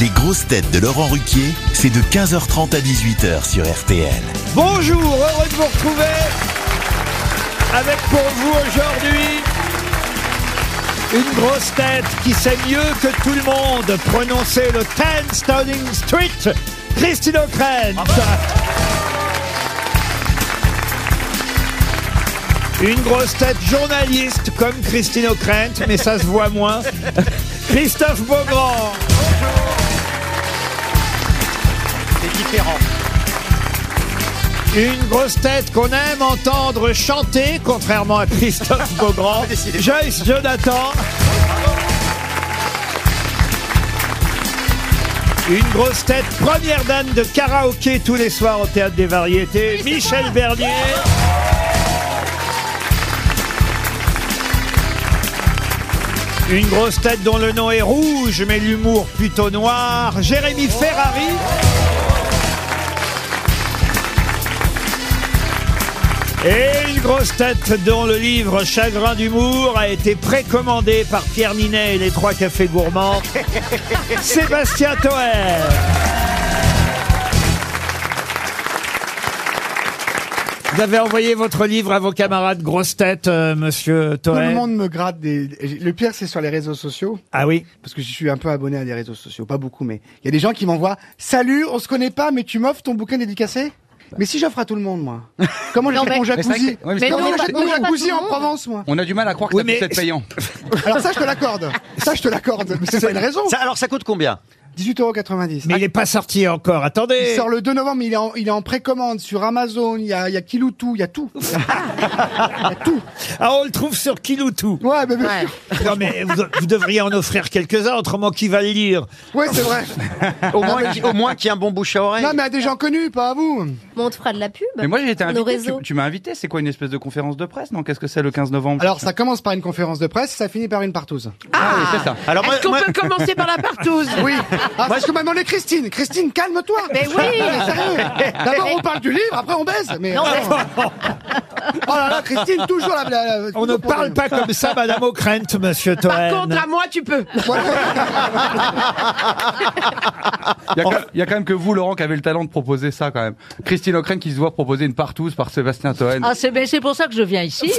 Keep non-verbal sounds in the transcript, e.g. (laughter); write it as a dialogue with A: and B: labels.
A: Les grosses têtes de Laurent Ruquier, c'est de 15h30 à 18h sur RTL.
B: Bonjour, heureux de vous retrouver avec pour vous aujourd'hui une grosse tête qui sait mieux que tout le monde prononcer le 10 Downing Street, Christine O'Krent. Une grosse tête journaliste comme Christine O'Krent, mais ça se voit moins. (laughs) Christophe Beaugrand.
C: C'est différent.
B: Une grosse tête qu'on aime entendre chanter, contrairement à Christophe Beaugrand, Joyce Jonathan. Une grosse tête, première dame de karaoké tous les soirs au Théâtre des Variétés, Michel Bernier. Une grosse tête dont le nom est rouge, mais l'humour plutôt noir, Jérémy Ferrari. Et une grosse tête dont le livre Chagrin d'humour a été précommandé par Pierre Ninet et les trois cafés gourmands, Sébastien Toer. Vous avez envoyé votre livre à vos camarades grosses têtes, euh, monsieur
D: Tout le
B: Toer.
D: monde me gratte des. Le pire, c'est sur les réseaux sociaux.
B: Ah oui
D: Parce que je suis un peu abonné à des réseaux sociaux, pas beaucoup, mais il y a des gens qui m'envoient Salut, on se connaît pas, mais tu m'offres ton bouquin dédicacé Mais si j'offre à tout le monde, moi. Comment
E: Non,
D: j'achète mon
E: mais- Mais c'est vrai
D: jacuzzi
E: que- ouais, mais c'est- Mais
D: Comment
E: non,
D: j'achète
E: pas-
D: mon
E: non, pas
D: jacuzzi
E: tout le
D: en
E: monde.
D: Provence, moi
F: On a du mal à croire que
B: Oui,
F: ça puisse
B: mais-
F: être payant.
D: Alors ça, je te l'accorde. Ça, je te
E: (laughs)
D: l'accorde. Mais c'est pas une raison.
C: Ça- alors ça coûte combien
D: 18,90€.
B: Mais il n'est pas sorti encore, attendez.
D: Il sort le 2 novembre, mais il est en, il est en précommande sur Amazon, il y a, il y a Kiloutou, il y a tout. (laughs) Il y a tout.
B: Ah, on le trouve sur Kiloutou.
D: Ouais, mais bien
E: Ouais.
D: sûr.
B: Non mais vous, vous devriez en offrir quelques-uns, autrement qui va les lire
D: Ouais, c'est vrai.
C: Au moins, qu'il- au moins qu'il y ait un bon bouche à oreille.
D: Non, mais à des gens connus, pas à vous.
E: Bon, on te fera de la pub.
F: Mais moi j'ai été
E: Nos
F: invité. Tu,
E: réseaux.
F: tu m'as invité. C'est quoi une espèce de conférence de presse Non, qu'est-ce que c'est le 15 novembre
B: Ah
D: Alors, ça commence par une conférence de presse, ça finit par une partouze.
F: Ah, oui, c'est ça.
C: Alors moi,
G: Est-ce qu'on
C: moi-
G: peut commencer par la
C: (laughs)
G: partouze
D: Oui. Ah, c'est ce que m'a demandé Christine. Christine, calme-toi.
G: Mais oui.
D: Non, mais sérieux. D'abord, on parle du livre, après, on baise. Mais, euh,
E: Non, mais-
D: Oh là là, Christine, toujours la. la- la-
B: On ne parle pas comme ça, Madame O'Krent, Monsieur Toen.
G: Par
H: Euh,
G: contre, à moi, tu peux.
F: Il y, a quand- il y a quand même que vous, Laurent, qui avez le talent de proposer ça quand même. Christine O'Crane qui se voit proposer une partouze par Sébastien Toen.
H: Ah, c'est ben, c'est pour ça que je viens
G: (laughs)
H: ici.